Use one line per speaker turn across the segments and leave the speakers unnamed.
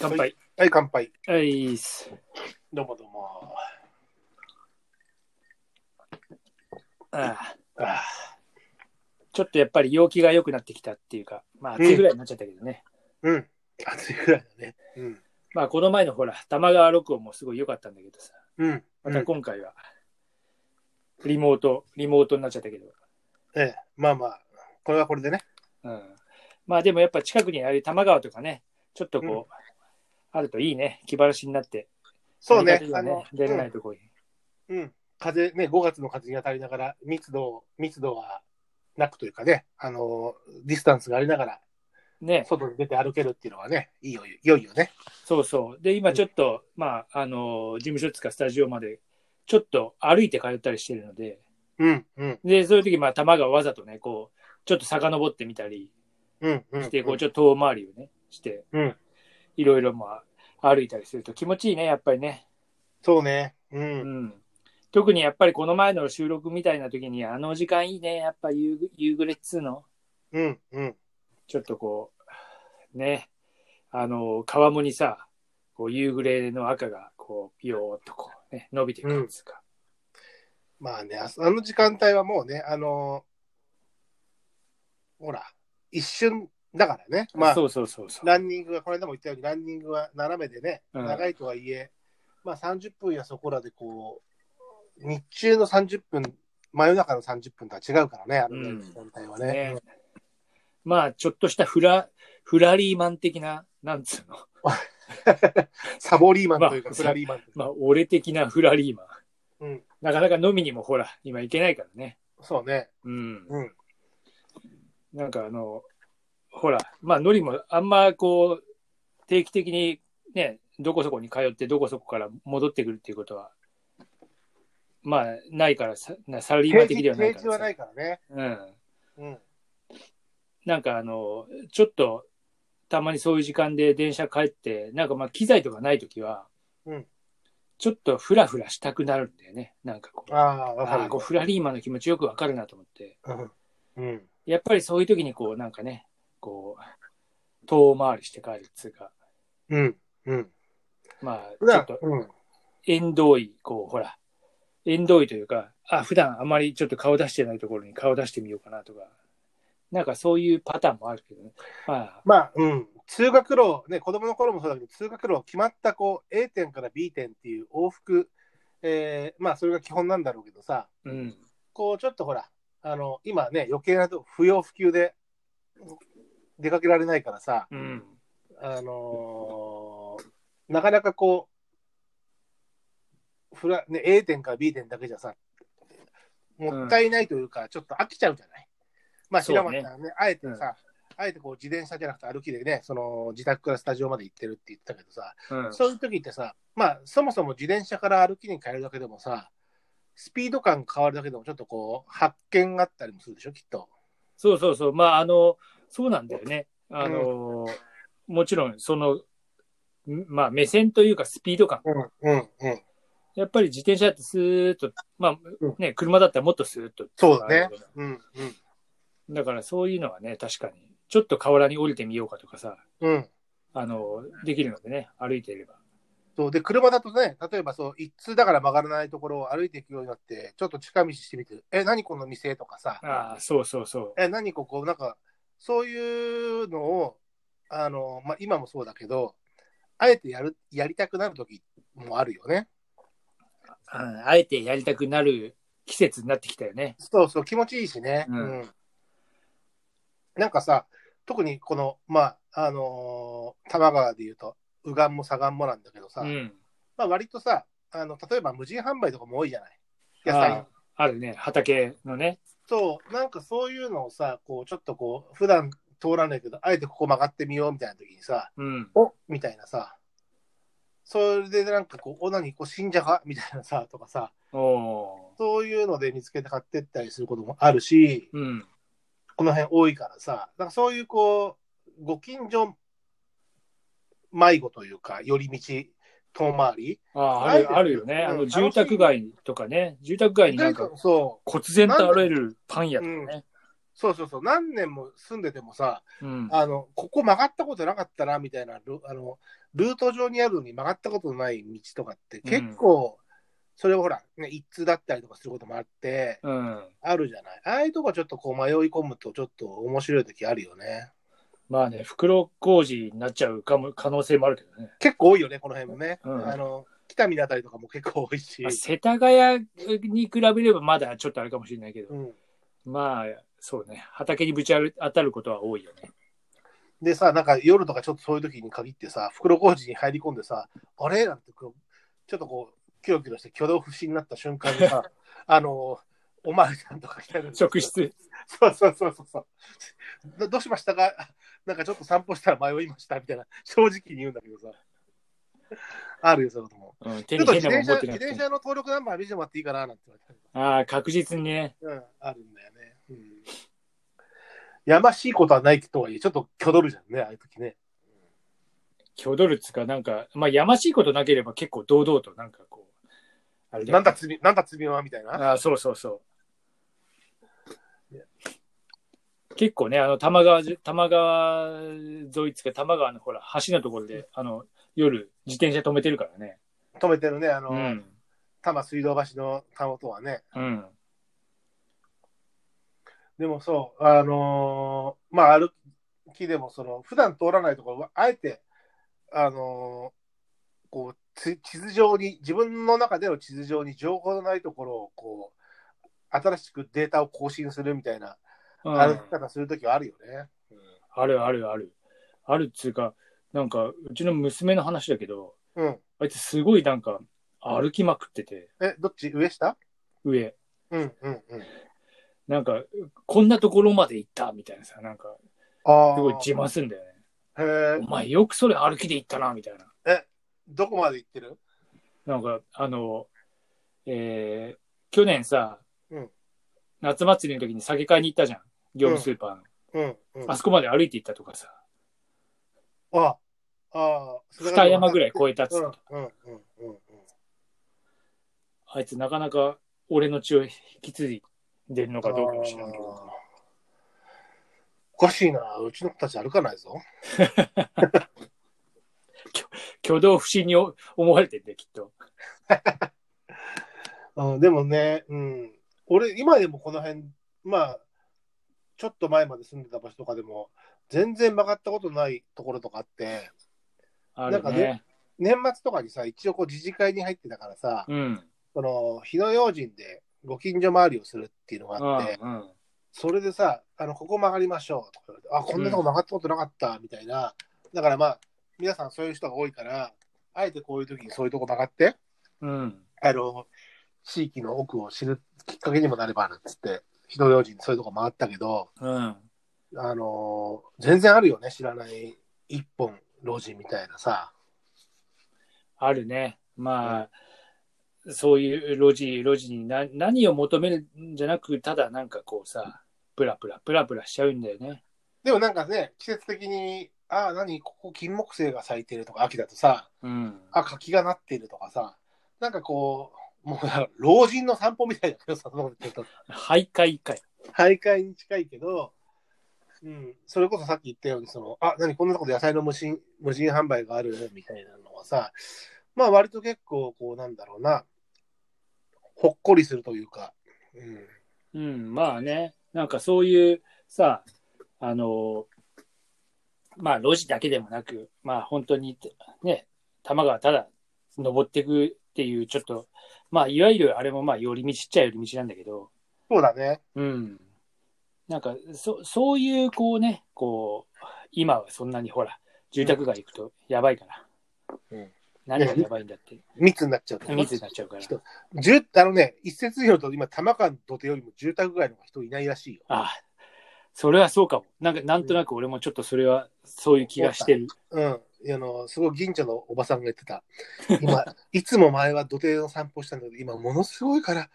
乾杯。
はい、乾杯。
はいっす。
どうもどうも。
ああ
あ
ちょっとやっぱり陽気が良くなってきたっていうか、まあ暑いぐらいになっちゃったけどね。
ーうん。暑いくらいだね。うん。
まあこの前のほら、玉川録音もすごい良かったんだけどさ、
うん。
また今回は、リモート、リモートになっちゃったけど。
ええ、まあまあ、これはこれでね。
うん。まあでもやっぱ近くにある玉川とかね、ちょっとこう、あるといいね。気晴らしになって。
そうね。
あ
あ
の
の、、
出れないとこに。
うん、うん風、ね、5月の風に当たりながら、密度、密度はなくというかね、あの、ディスタンスがありながら、
ね。
外に出て歩けるっていうのはね、いいよ、いよいよね。
そうそう。で、今ちょっと、まあ、あの、事務所つかスタジオまで、ちょっと歩いて通ったりしてるので、
うん、うん、
で、そういう時、まあ、玉がわざとね、こう、ちょっと遡ってみたり
うん、うん。
して、こう、ち
ょっ
ょっと遠回りをね、して、
うん
いろいろ、まあ、歩いたりすると気持ちいいね、やっぱりね。
と。そうね。う。
うんん。特にやっぱりこの前の収録みたいな時に、あの時間いいね、やっぱ夕夕暮れっつうの。
うん、うん。
ちょっとこう、ね、あの、川面にさ、こう夕暮れの赤が、こう、ピヨーっとこう、ね、伸びていくんですか。
まあね、ああの時間帯はもうね、あの、ほら、一瞬だからね。まあ、
そうそうそうそう。
ランニングは、この間も言ったように、ランニングは斜めでね、
うん
長いとはいえ、まあ30分やそこらでこう、日中の30分、真夜中の30分とは違うからね、あの
うん
時間帯は
ね
ね。
まあ、ちょっとしたフラ、フラリーマン的な、なんつうの。
サボリーマンというか、
まあ
フラリーマンというか。
まあ、俺的なフラリーマン。
うん、
なかなか飲みにもほら、今行けないからね。
そうね。
うん。
うん。
なんかあの、ほら、まあ、ノリもあんまこう、定期的にね、どこそこに通って、どこそこから戻ってくるっていうことは、まあ、ないからさ、なサラリーマ
平
ン的
時
ではない
平
か
時
ら
はな
さ。
いからね。
うん。
うん。
なんかあの、ちょっと、たまにそういう時間で電車帰って、なんかまあ、機材とかないときは、
うん
ちょっとフラフラしたくなるんだよね。なんかこう、
ああ、わか
ああ、こうフラリーマンの気持ちよくわかるなと思って。
る。うん。うん。
やっぱりそういう時にこうなんかね、こう、遠回りして帰るっつうか、
うん。うん。
ま
普
あ、ちょ
段
っと
うん。
縁遠い、こうほら、縁遠いというか、あ、普段あまりちょっと顔出してないところに顔出してみようかなとか、なんかそういうパターンもあるけどね。まあ、
まあ、うん。通学路、ね、子供の頃もそうだけど、通学路、決まったこう、A 点から B 点っていう往復、えーまあ、それが基本なんだろうけどさ、
うん、
こう、ちょっとほら、あの、今ね、余計なと、不要不急で、出かけられないからさ、
うん、
あのーなかなかこう、ふら、ね、A 点か B 点だけじゃさ、もったいないというか、ちょっと飽きちゃうじゃない。まあ、
そうね
平松さんはね、あえてさ、あえてこう、自転車じゃなくて歩きでね、その、自宅からスタジオまで行ってるって言ってたけどさ、
うん。
そういう時ってさ、まあ、そもそも自転車から歩きに変えるだけでもさ、スピード感変わるだけでも、ちょっとこう、発見があったりもするでしょ、きっと。
そうそうそう。まあ、あの、そうなんだよね。あの、もちろん、その、んまあ、目線というかスピード感。
うん、うん、うん。
やっぱり自転車だってスーッと、まあ
うん
ね、車だったらもっとスーッと。
そうだね。うん、うん、
だからそういうのはね、確かに。ちょっと河原に降りてみようかとかさ、
うん。
あの、できるのでね、歩いていれば。
そうで、車だとね、例えばそう、一通だから曲がらないところを歩いていくようになって、ちょっと近道してみて、え、何この店とかさ、
ああ、そうそうそう。
え、何ここ、なんか、そういうのを、あの、まあ、今もそうだけど、あえてやる、やりたくなる時もあるよね。
ああえてやりたくなる季節になってきたよね。
そうそう、気持ちいいしね。
うん
うんなんかさ、特にこの、まあ、あのー多摩川で言うと、右岸も左岸もなんだけどさ、
うん。
まあ割とさ、あの、例えば無人販売とかも多いじゃない野
あ
菜
あ。あるね、畑のね。
そう、なんかそういうのをさ、こう、ちょっとこう、普段通らないけど、あえてここ曲がってみようみたいな時にさ、
うん。
おみたいなさ、それでなんかこう、お、何、こう死んじゃかみたいなさ、とかさ、
おお
そういうので見つけて買ってったりすることもあるし、
ー。うん。
この辺多いからさ、なんかそういうこう、ご近所迷子というか、寄り道、遠回り。
ああ、あるあるよね。
うん
あの、
楽しい
住宅街とかね、住宅街になん
意
か
外とそ
忽然と現れるパン屋
う、
と
う
か
ん
ね。
そうそうそう、何年も住んでてもさ、
うん。
あの、ここ曲がったことなかったな、みたいな、ルあの、ルート上にあるのに曲がったことのない道とかって、結構、それはほら、ね、一通だったりとかすることもあって、
うん。
あるじゃない。ああいうとこちょっとこう迷い込むと、ちょっと面白い時あるよね。
まあね、袋小路になっちゃうかも可能性もあるけどね。
結構多いよね、この辺もね。
うん
あの、北見のあたりとかも結構多いし
まあ、。世田谷に比べればまだちょっとあれかもしれないけど、
うん、
まあ、そうね、畑にぶち当たることは多いよね。
でさ、なんか夜とかちょっとそういう時に限ってさ、袋小路に入り込んでさ、あれなんてこう、ちょっとこう、キョロキョロして挙動不審になった瞬 間にさ、あの、おまわりさんとか来たり
職質。
そうそうそうそうそうど。どうしましたかなんかちょっと散歩したら迷いましたみたいな、正直に言うんだけどさ。あるよ、そういうことも。
うん、
ち
手
ょ
に
っと
変
自
なもん
転
持
車
って
自
なく
転
て
車。の登録ナンバー見せてもらっていいかななんて言われて。
ああ、確実にね。
うん、あるんだよね。うん。やましいことはないとはいえ、ちょっと挙動るじゃんね、ああいう時ね。
キョドルツかなんか、まあ、やましいことなければ結構堂々と、なんかこう、あれよ
なんだ罪、なんだ罪はみたいな。
ああ、そうそうそう。結構ね、あの、玉川じ、玉川沿いっつうか、玉川のほら、橋のところで、あの、夜、自転車止めてるからね。
止めてるね、あの、
うん。
多摩水道橋のたもとはね。
うん。
でもそう、あのーまあ歩きでも、その、普段通らないところは、あえて、あのーこう地、地図上に、自分の中での地図上に情報のないところを、こう、新しくデータを更新するみたいな
うん
歩き方するときはあるよね。
あるあるある。あるっつうか、なんか、うちの娘の話だけど、
うん。うん
あいつすごいなんか、歩きまくってて、
え、どっち上下
上。
うんうんうん。
なんか、こんなところまで行った、みたいなさ、なんか、
ああ。
すごい自慢すんだよね。
へー
お前よくそれ歩きで行ったな、みたいな。
どこまで行ってる
なんか、あの、えー、去年さ、
うん
夏祭りの時に酒買いに行ったじゃん。業務スーパーの。
うんうん。
あそこまで歩いて行ったとかさ、
ああ。
二山ぐらい
こ
越えたっつって
う
た、
んうんうんうんうん。
あいつなかなか俺の血を引き継いでるのかどうかも知らんけど。
あーおかしいな。うちの子たち歩かないぞ。
挙動不審に思われてんだよ、きっと。
うん、でもね、うん。俺、今でもこの辺、まあ、ちょっと前まで住んでた場所とかでも、全然曲がったことないところとかあって、
ある
なんか
ね
ね。年末とかにさ、一応こう自治会に入ってたからさ、
うん。
その、火の用心でご近所周りをするっていうのがあって、
うんうん
それでさ、あの、ここ曲がりましょうとか言われて、あ、こんなとこ曲がったことなかった、みたいな。だからまあ、皆さんそういう人が多いから、あえてこういう時にそういうとこ曲がって、
うん。
あの、地域の奥を知るきっかけにもなればなんつって、火の用心にそういうとこ回ったけど、
うん。
あのー全然あるよね、知らない一本路地みたいなさ。
あるね。まあ、そういう路地、路地にな何を求めるんじゃなく、ただなんかこうさ、プラプラ、プラプラしちゃうんだよね。
でもなんかね、季節的に、ああ、何、ここ金木犀が咲いてるとか、秋だとさ、
うん。
あ、柿がなってるとかさ、なんかこう、もうなんか老人の散歩みたいだけどさ、そのちょっと
徘徊かよ。
徘徊に近いけど、うん、それこそさっき言ったように、その、あ、何こんなとこで野菜の無人、無人販売があるみたいなのはさ、まあ割と結構、こうなんだろうな、ほっこりするというか、うん、
うん、まあね。なんかそういうさ、あの、まあ路地だけでもなく、まあ本当にね、玉川ただ登っていくっていう、ちょっと、まあいわゆるあれもまあ寄り道っちゃ寄り道なんだけど、
そうだね。
うん。なんか、そ、そういう、こうね、こう、今はそんなにほら、住宅街行くとやばいから。
うん
何がやばいんだって、
密になっちゃうと。
密になっちゃうから。
人住あのね、一説によると、今、玉川の土手よりも住宅街の方が人いないらしいよ。
ああ、それはそうかも。なんか、なんとなく俺もちょっとそれは、そういう気がしてる。
うん。あの、すごい銀茶のおばさんが言ってた。 今、いつも前は土手の散歩したんだけど、今、ものすごいから、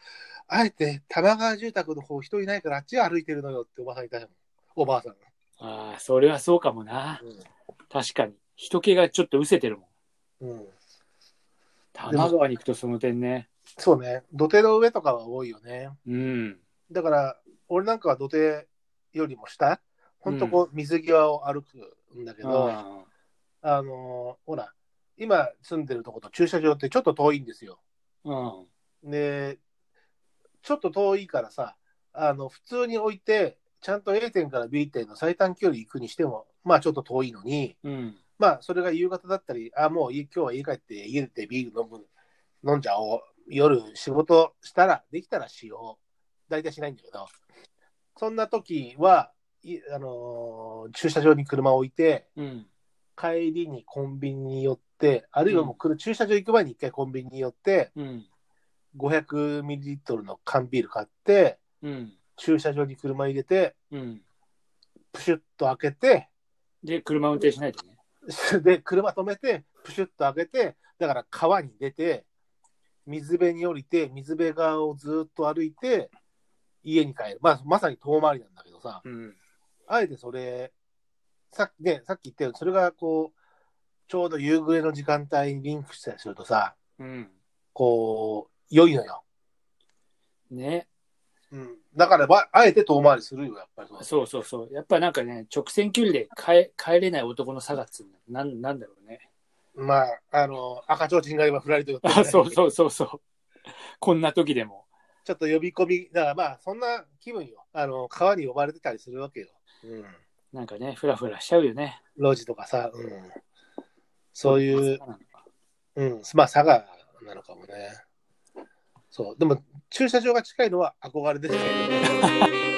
あえて玉川住宅の方人いないから、あっち歩いてるのよっておばさんいたもん。おばあさんが。
ああ、それはそうかもな。確かに。人気がちょっと失せてるもん。
うん。うん、
多摩川に行くとその点ね。
そうね。土手の上とかは多いよね。
うん。
だから、俺なんかは土手よりも下、本当こう、水際を歩くんだけど、
あ
あのーほら、今住んでるとこと駐車場ってちょっと遠いんですよ。
ーうん
で、ちょっと遠いからさ、あの、普通に置いて、ちゃんと A 点から B 点の最短距離行くにしても、まあちょっと遠いのに、
うん
まあそれが夕方だったり、あ、もうい今日は家帰って家でビール飲む、飲んじゃおう。夜仕事したら、できたらしよう。大体しないんだけど、そんな時は、いあのー駐車場に車を置いて、
うん
帰りにコンビニに寄って、あるいはもう来る駐車場行く前に一回コンビニに寄って、
うん
500ミリリットルの缶ビール買って、
うん
駐車場に車入れて、
うん
プシュッと開けて、
で車運転しないとね
で、車止めて、プシュッと開けて、だから川に出て、水辺に降りて、水辺側をずっと歩いて、家に帰る。まあ、まさに遠回りなんだけどさ、
うん
あえてそれ、さっきね、さっき言ったように、それがこう、ちょうど夕暮れの時間帯にリンクしたりするとさ、
うん
こう、良いのよ。
ね
うん。だから、まあえて遠回りするよ、やっぱりそう。
そうそうそうやっぱなんかね直線距離で帰帰れない男の差がつなんなんだろうね
まあ、あの、赤ちょうちんが今、ふらりと寄ってる
あそうそうそうそうこんな時でも
ちょっと呼び込み、だからまあ、そんな気分よ。あの、川に呼ばれてたりするわけよ。うん。
なんかねふらふらしちゃうよね
路地とかさ、うん。そういう、
なのか
うん、まあ、佐賀なのかもね。そう。でも、駐車場が近いのは憧れですね。